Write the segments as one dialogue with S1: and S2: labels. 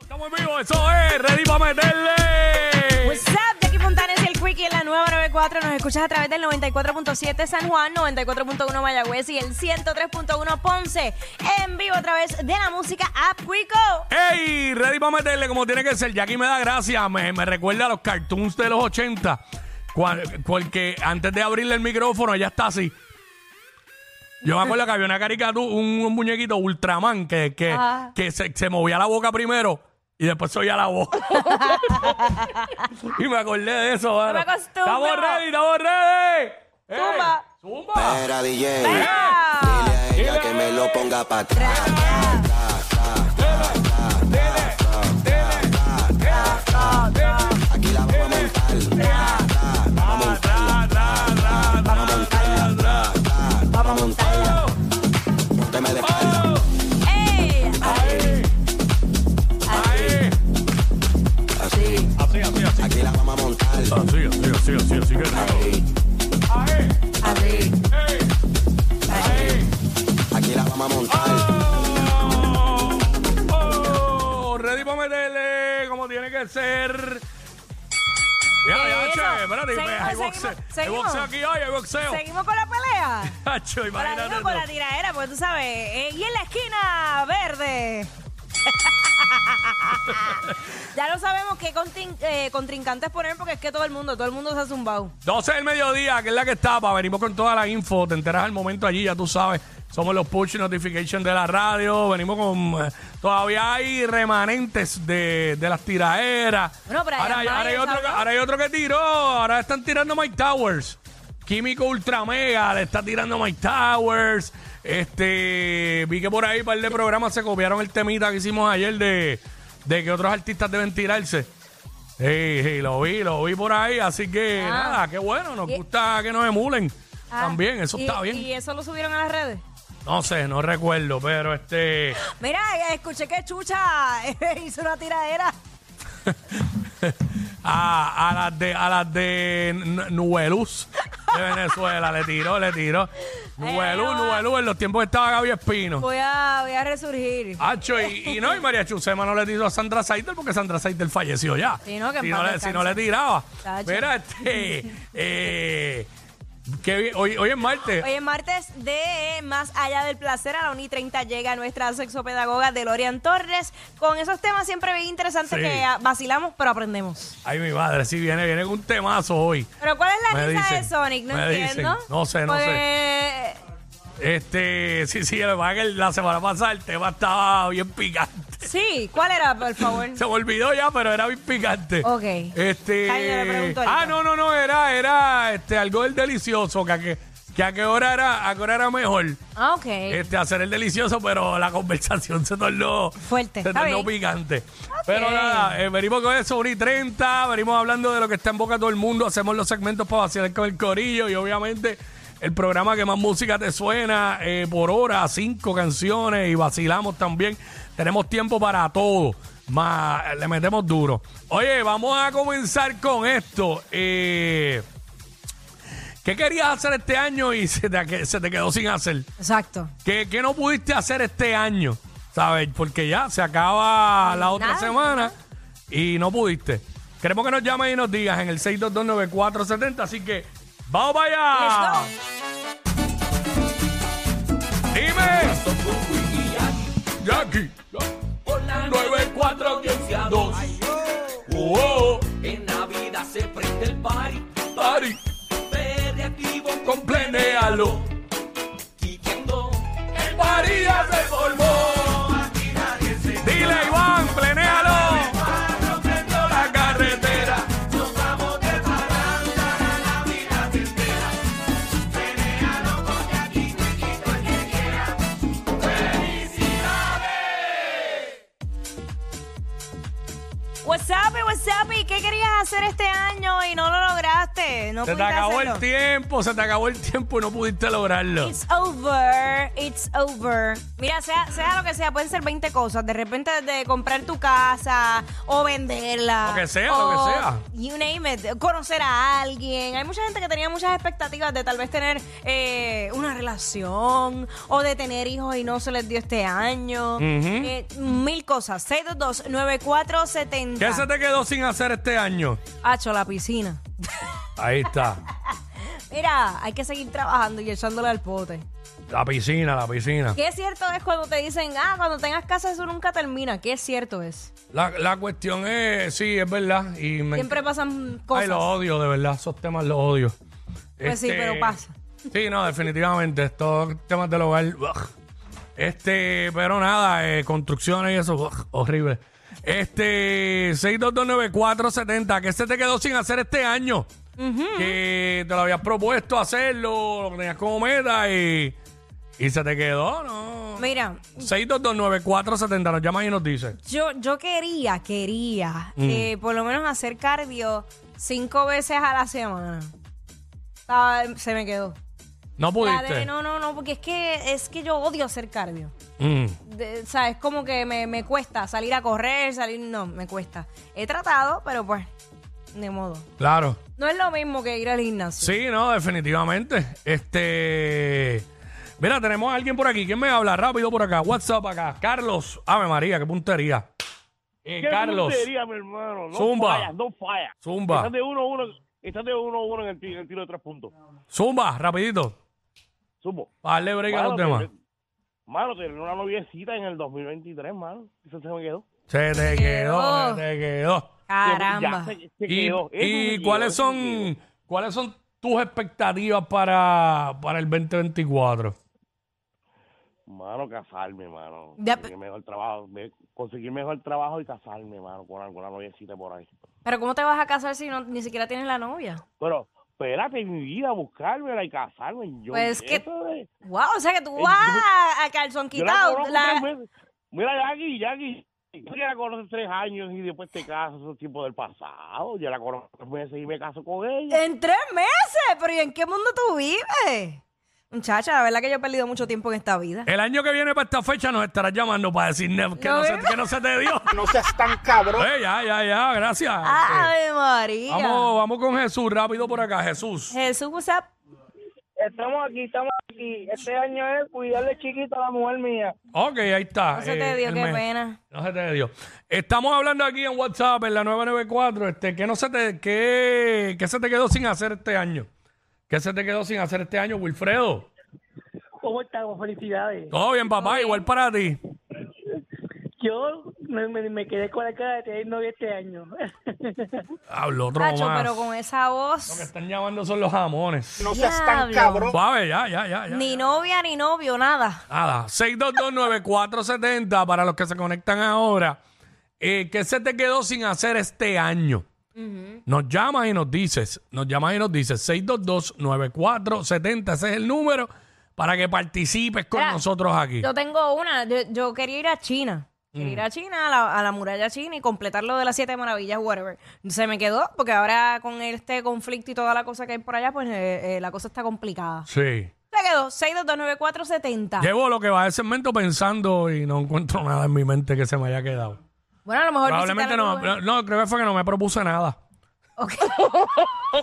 S1: Estamos en vivo, eso es, ready para meterle.
S2: What's up, Jackie Fontanes y el Quickie en la nueva 94. Nos escuchas a través del 94.7 San Juan, 94.1 Mayagüez y el 103.1 Ponce. En vivo a través de la música App Quico.
S1: ¡Ey! Ready para meterle como tiene que ser. Jackie me da gracia, me, me recuerda a los cartoons de los 80. cual- porque antes de abrirle el micrófono, ella está así. Yo me acuerdo que había una caricatura, un, un muñequito Ultraman que, que,
S2: Ah.
S1: que se, se movía la boca primero y después se oía la voz. y me acordé de eso, mano.
S2: me acostumbro.
S1: ¡Estamos ready, estamos ready! ¡Ey!
S2: Zumba.
S1: ¡Zumba!
S3: Era DJ,
S2: Ah,
S3: dile a ella que me lo ponga pa' atrás. Aquí la vamos a montar. Vamos a montarla. Vamos a montarla. Pónteme de espalda.
S2: ey.
S3: Así.
S1: Así, así, así.
S3: Aquí la vamos a montar.
S1: Así, así, así, así, así que
S3: Ahí,
S2: Así.
S3: Aquí la vamos a montar.
S1: Oh, ready para meterle como tiene que ser. Ya, ya,
S2: Eso.
S1: che, espérate,
S2: Seguimos,
S1: hay
S2: seguimos,
S1: boxeo. Hay
S2: seguimos.
S1: boxeo aquí hoy, hay boxeo.
S2: Seguimos con la pelea.
S1: Hacho,
S2: Con la,
S1: imagínate
S2: no, con la
S1: tú.
S2: tiraera, porque tú sabes. eh, y en la esquina, verde. ya no sabemos qué contrin- eh, contrincantes poner porque es que todo el mundo, todo el mundo se ha zumbado.
S1: 12 del mediodía, que es la que tapa. Venimos con toda la info. Te enteras al momento allí, ya tú sabes. Somos los push notification de la radio. Venimos con. eh, todavía hay remanentes de, de las tiraderas.
S2: Bueno, pero
S1: ahora, hay,
S2: además
S1: ahora hay
S2: ellos
S1: otro, que-
S2: hablan-
S1: ahora hay otro que tiró. Ahora están tirando Mike Towers. Químico Ultra Mega le está tirando Mike Towers. Este. Vi que por ahí un par de programas se copiaron el temita que hicimos ayer de, de que otros artistas deben tirarse. Sí, sí, lo vi, lo vi por ahí, así que
S2: Ah.
S1: nada, qué bueno, nos
S2: Y-
S1: gusta que nos emulen
S2: Ah,
S1: también, eso
S2: y-
S1: está bien.
S2: ¿Y eso lo subieron a las redes?
S1: No sé, no recuerdo, pero este...
S2: Mira, eh, escuché que Chucha eh, hizo una tiradera.
S1: A, a las de, a las de N- Nubeluz de Venezuela, le tiró, le tiró. Nubeluz,
S2: Ay, no.
S1: Nubeluz, en los tiempos que estaba Gaby Espino.
S2: Voy a, voy a resurgir.
S1: Hacho, y, y no, y María Chusema no le tiró a Sandra Saitel porque Sandra Saitel falleció ya.
S2: Sí, no, que en
S1: si,
S2: paz
S1: no le,
S2: descanse.
S1: si no le tiraba.
S2: Tacho.
S1: Mira, este... eh, qué bien, hoy, hoy es martes.
S2: Hoy es martes de Más Allá del Placer. A la 1 y 30 llega nuestra sexopedagoga Delorian Torres. Con esos temas siempre bien interesantes
S1: Sí.
S2: que ah, vacilamos, pero aprendemos.
S1: Ay, mi madre, sí viene, viene con un temazo hoy.
S2: Pero ¿cuál es la
S1: Me
S2: risa de
S1: dicen,
S2: Sonic? No
S1: me
S2: entiendo.
S1: dicen. No sé, no sé.
S2: Porque-
S1: Este, sí, sí, lo que pasa es que la semana pasada el tema estaba bien picante.
S2: Pues, Sí, ¿cuál era, por favor?
S1: Se me olvidó ya, pero era bien picante.
S2: Ok.
S1: Este.
S2: Ay, yo le pregunto ahorita.
S1: ah, no, no, no, era, era este, algo del delicioso, que a que, que a qué hora era, a qué hora era mejor.
S2: Ah, ok.
S1: Este, hacer el delicioso, pero la conversación se tornó
S2: Fuerte,
S1: Se
S2: está
S1: tornó
S2: bien.
S1: picante. Pero nada, eh, venimos con eso, 1 y 30. Venimos hablando de lo que está en boca de todo el mundo. Hacemos los segmentos para vaciar con el corillo y obviamente el programa que más música te suena eh, por hora, cinco canciones y vacilamos también. Tenemos tiempo para todo. Más, le metemos duro. Oye, vamos a comenzar con esto. Eh, ¿Qué querías hacer este año y se te- se te quedó sin hacer?
S2: Exacto.
S1: ¿Qué, qué no pudiste hacer este año? ¿Sabes? Porque ya se acaba la otra
S2: Nada.
S1: semana y no pudiste. Queremos que nos llames y nos digas en el 6229470. Así que, ¡vamos para allá! ¡Dime! ¡Jackie! 94
S4: dos.
S1: ¡Oh!
S4: En Navidad se prende el party,
S1: ¡Ari!
S4: perre activo con
S1: ¡Complenéalo!
S4: Quiquendo.
S1: ¡El María se formó! ¡Dile, Iván! ¡Plenéalo! ¡Prendo la carretera!
S2: What's up, y what's up, y qué querías hacer este año y no lo lograste. pudiste, no
S1: se te
S2: pudiste
S1: acabó
S2: hacerlo.
S1: el tiempo, se te acabó el tiempo y no pudiste lograrlo.
S2: It's over, it's over. Mira, sea, sea lo que sea, pueden ser 20 cosas. De repente, de comprar tu casa o venderla.
S1: Lo que sea, lo
S2: o
S1: que sea.
S2: You name it. Conocer a alguien. Hay mucha gente que tenía muchas expectativas de tal vez tener eh, una relación o de tener hijos y no se les dio este año. Eh, mil cosas. 622-9470.
S1: ¿Qué se te quedó sin hacer este año?
S2: Hacho, la piscina.
S1: Ahí está.
S2: Mira, hay que seguir trabajando y echándole al pote.
S1: La piscina, la piscina.
S2: ¿Qué es cierto es cuando te dicen, ah, cuando tengas casa eso nunca termina? ¿Qué es cierto es?
S1: La, la cuestión es, sí, es verdad. Y me,
S2: Siempre pasan
S1: Ay,
S2: cosas.
S1: lo odio, de verdad. Esos temas los odio. Este,
S2: Pues sí, pero pasa.
S1: Sí, no, definitivamente. Estos temas del hogar. ugh. Este, pero nada, eh, construcciones y eso, ugh, horrible. Este, 6229470, ¿qué se te quedó sin hacer este año? Que te lo habías propuesto hacerlo, lo tenías como meta y, y se te quedó, ¿no?
S2: Mira,
S1: 6229470, nos llamas y nos dices.
S2: yo, yo quería, quería,
S1: Mm.
S2: eh, por lo menos hacer cardio cinco veces a la semana. Ah, se me quedó.
S1: No
S2: La
S1: pudiste.
S2: de, no, no, no, porque es que, es que yo odio hacer cardio.
S1: Mm.
S2: De- o sea, es como que me, me cuesta salir a correr, salir, no, me cuesta. He tratado, pero pues, de modo.
S1: Claro.
S2: No es lo mismo que ir al gimnasio.
S1: Sí, no, definitivamente. Este. Mira, tenemos a alguien por aquí. ¿Quién me habla? Rápido por acá. WhatsApp acá. Carlos. Ave María, qué puntería. Eh,
S5: ¿Qué
S1: Carlos.
S5: puntería, mi hermano? No
S1: Zumba.
S5: falla, no falla.
S1: Zumba.
S5: Estás de 1-1 uno, uno, estás de uno, uno en, el tiro, en el tiro de tres puntos.
S1: Zumba, rapidito.
S5: Zumbo.
S1: Para darle break a los demás.
S5: tener- Mano, tener una noviecita en el 2023, mano. Eso se me quedó.
S1: Se te quedó,
S2: Quedó.
S1: se te quedó.
S2: Caramba.
S5: Ya, se- se
S1: Y,
S5: quedó. Eso
S1: y
S5: se quedó,
S1: cuáles
S5: eso se quedó.
S1: son cuáles son tus expectativas para, para el 2024?
S5: Mano, casarme, mano.
S2: Ya,
S5: Conseguir mejor trabajo. me- Conseguir mejor trabajo y casarme, mano, con alguna noviecita por ahí.
S2: Pero ¿cómo te vas a casar si no, ni siquiera tienes la novia?
S5: Pero, espérate, mi vida, buscármela y casarme. Yo,
S2: Pues que-
S5: eso de-
S2: Wow, o sea que tú
S5: Eh,
S2: vas
S5: yo-
S2: a- a calzón
S5: Yo la
S2: quitado.
S5: conozco
S2: la-
S5: tres veces. Mira, Jackie, Jackie. Yo que la conoces tres años y después te casas, esos tiempos del pasado. Yo la conozco tres meses y me caso con ella.
S2: en tres meses, pero ¿y en qué mundo tú vives? Muchacha, la verdad que yo he perdido mucho tiempo en esta vida.
S1: El año que viene para esta fecha nos estarás llamando para decir ne- que,
S2: No,
S1: no se,
S2: ¿verdad?
S1: que no se te dio.
S6: No seas tan cabrón.
S1: Eh, ya, ya, ya, gracias.
S2: Ah,
S1: Eh,
S2: ¡Ay, María!
S1: Vamos, vamos con Jesús, rápido por acá, Jesús.
S2: Jesús, WhatsApp.
S7: Estamos aquí, estamos aquí. Este año es cuidarle chiquito a la mujer mía.
S1: Ok, ahí está.
S2: No se
S1: Eh,
S2: te dio,
S1: el
S2: qué
S1: mes.
S2: pena.
S1: No se te dio. Estamos hablando aquí en WhatsApp, en la 994, este, ¿qué, no se te, qué, qué se te quedó sin hacer este año? ¿Qué se te quedó sin hacer este año, Wilfredo?
S7: ¿Cómo estamos? Felicidades.
S1: Todo bien, papá, igual para ti.
S7: Yo me, me- me quedé con la cara de tener novia este año.
S1: Hablo otro
S2: Muchacho,
S1: más.
S2: pero con esa
S1: Lo que
S2: voz.
S1: están llamando son los jamones.
S6: No seas tan
S2: Diablo.
S6: cabrón.
S1: Suave, ya, ya, ya. ya.
S2: Ni novia, ni novio, nada.
S1: Nada, 6229470 para los que se conectan ahora. Eh, ¿Qué se te quedó sin hacer este año? Nos llamas y nos dices, nos llamas y nos dices 6229470, ese es el número para que participes con
S2: Mira,
S1: nosotros aquí.
S2: Yo tengo una. Yo, yo quería ir a China. Quería
S1: Mm.
S2: ir a China, a la, a la muralla china y completar lo de las siete maravillas, whatever. Se me quedó porque ahora con este conflicto y toda la cosa que hay por allá, pues eh, eh, la cosa está complicada.
S1: Sí.
S2: Se quedó 6229470.
S1: Llevo lo que va de segmento pensando y no encuentro nada en mi mente que se me haya quedado.
S2: Bueno, a lo mejor.
S1: Probablemente
S2: visitar
S1: no,
S2: algún lugar.
S1: no, no, creo que fue que no me propuse nada.
S2: Ok.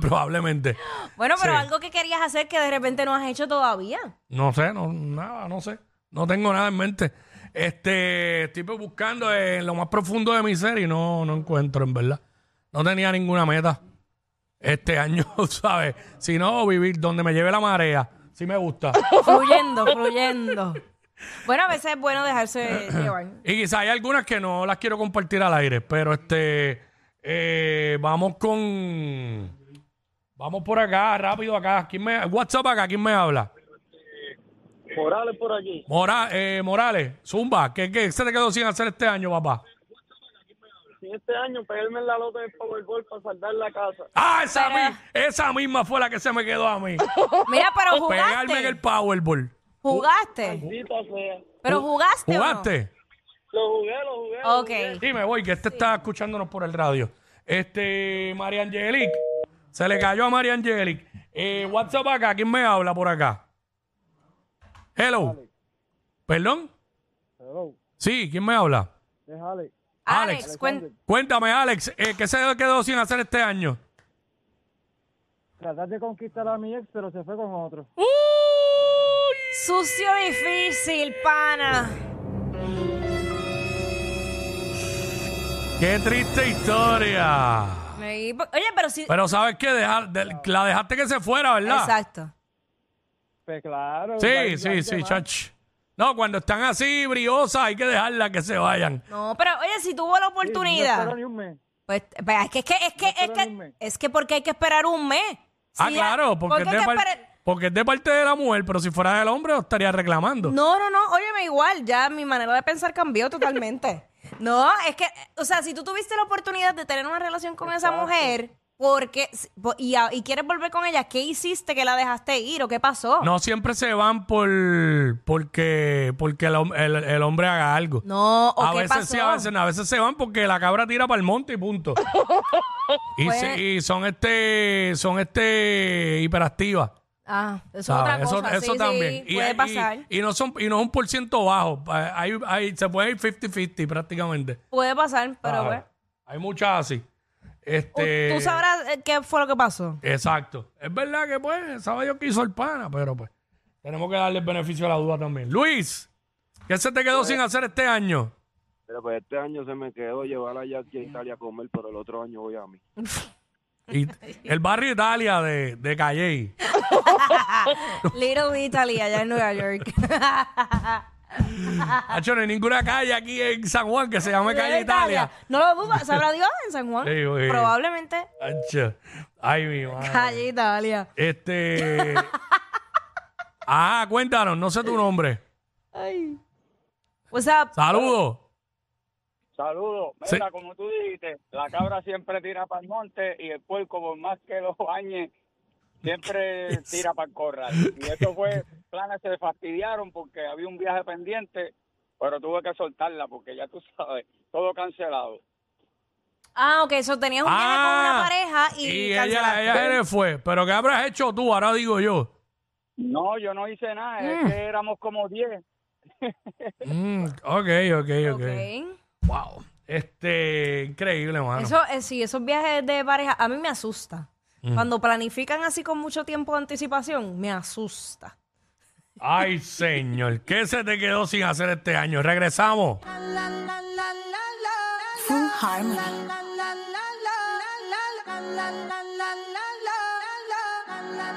S1: Probablemente.
S2: Bueno, pero
S1: Sí.
S2: algo que querías hacer que de repente no has hecho todavía.
S1: No sé, no, nada, no sé. No tengo nada en mente. Este, estoy pues buscando en lo más profundo de mi ser y no, no encuentro, en verdad. No tenía ninguna meta este año, ¿sabes? Si no, vivir donde me lleve la marea. Sí me gusta.
S2: Fluyendo, fluyendo. Bueno, a veces es bueno dejarse llevar.
S1: y quizá hay algunas que no las quiero compartir al aire, pero este, eh, vamos con... Vamos por acá, rápido acá. ¿Quién me, WhatsApp acá, ¿quién me habla?
S7: Morales por aquí.
S1: Mora- eh, Morales, Zumba, ¿qué, ¿qué se te quedó sin hacer este año, papá?
S7: Este año pegarme en la loto del Powerball para saldar la casa.
S1: Ah, esa, mi- esa misma fue la que se me quedó a mí.
S2: Mira, pero
S1: Pegarme en el
S2: jugaste.
S1: Powerball.
S2: Jugaste.
S7: Maldita sea.
S2: Pero jugaste. o no?
S1: ¿Jugaste?
S7: Lo jugué, lo jugué. lo
S2: Ok.
S7: jugué.
S1: Sí, me voy, que este está escuchándonos por el radio. Este, María Angelique. Se le cayó a María Angelic. Eh, WhatsApp acá, ¿quién me habla por acá? Hello. ¿Perdón?
S7: Hello,
S1: Sí, ¿quién me habla?
S7: déjale.
S1: Alex,
S2: Alex cuen-
S1: Cuéntame, Alex, eh, ¿qué se quedó sin hacer este año?
S7: Tratar de conquistar a mi ex, pero se fue con otro.
S2: sucio difícil, pana.
S1: Qué triste historia.
S2: Ahí, po- Oye, pero si...
S1: Pero sabes qué, Dejar- de- la dejaste que se fuera, ¿verdad?
S2: Exacto.
S7: Pues claro.
S1: Sí, sí, sí, chach. No, cuando están así briosas hay que dejarlas que se vayan.
S2: No, pero oye, si tuvo la oportunidad...
S7: ni un mes.
S2: Pues, pues, es que es que es que es
S7: espero ni un
S2: que,
S7: mes.
S2: es que porque hay que esperar un mes.
S1: ah,
S2: Si ya-
S1: claro, porque,
S2: ¿por qué
S1: es
S2: hay
S1: de
S2: que
S1: par-
S2: esperar?
S1: porque es de parte de la mujer, pero si fuera del hombre lo estaría reclamando.
S2: No, no, no, óyeme igual, ya mi manera de pensar cambió totalmente. no, es que, o sea, si tú tuviste la oportunidad de tener una relación con esa mujer, porque y, a- y quieres volver con ella, ¿qué hiciste que la dejaste ir o qué pasó?
S1: No siempre se van por porque porque el, hom- el- el hombre haga algo.
S2: No, ¿o
S1: a
S2: qué
S1: veces
S2: pasó?
S1: sí, a veces no. A veces se van porque la cabra tira para el monte y punto. y,
S2: Pues-
S1: se- y son este son este hiperactivas.
S2: Ah, eso es
S1: ¿sabes?
S2: otra cosa. sí,
S1: eso
S2: sí,
S1: también. y,
S2: puede
S1: y-
S2: pasar.
S1: y no son y no es un por ciento bajo. Eh, Hay- hay- se puede ir 50-50 prácticamente.
S2: puede pasar, pero
S1: ¿sabes?
S2: bueno.
S1: Hay muchas así.
S2: U-
S1: Este,
S2: Tú sabrás eh, qué fue lo que pasó.
S1: Exacto. Es verdad que, pues, sabe yo que hizo el pana, pero pues, tenemos que darle el beneficio a la duda también. Luis, ¿qué se te
S2: Pues.
S1: quedó sin hacer este año?
S6: Pero pues este año se me quedó llevar a Jackie a Italia a comer, pero el otro año voy a mí.
S1: Y el barrio Italia de, de Calle.
S2: Little Italy allá en Nueva York.
S1: Hacho, no hay ninguna calle aquí en San Juan que se llame Calle Italia.
S2: No lo dudo, sabrá Dios en San Juan.
S1: Sí, oye.
S2: Probablemente
S1: Hacho, Ay, mi madre.
S2: calle Italia.
S1: Este. Ah, cuéntanos, no sé tu nombre.
S2: O sea,
S1: Saludos.
S8: Saludos.
S1: Sí.
S8: Mira, como tú dijiste, la cabra siempre tira para el monte y el puerco, por más que lo bañe, siempre tira para el corral. Y eso fue, planes se fastidiaron porque había un viaje pendiente, pero tuve que soltarla porque ya tú sabes, todo cancelado.
S2: ah, ok, eso tenías un viaje con una pareja y,
S1: Ah, ella,
S2: cancelaste.
S1: ella se le fue. Pero ¿qué habrás hecho tú? Ahora digo yo.
S8: No, yo no hice nada, es que éramos como 10.
S1: Mm, ok, ok, ok.
S2: Ok.
S1: Wow. Este, increíble, mano.
S2: Eso, eh, sí, esos viajes de pareja a mí me asusta.
S1: Mm.
S2: Cuando planifican así con mucho tiempo de anticipación, me asusta.
S1: Ay, señor, ¿qué se te quedó sin hacer este año? Regresamos.
S9: Full Harmony.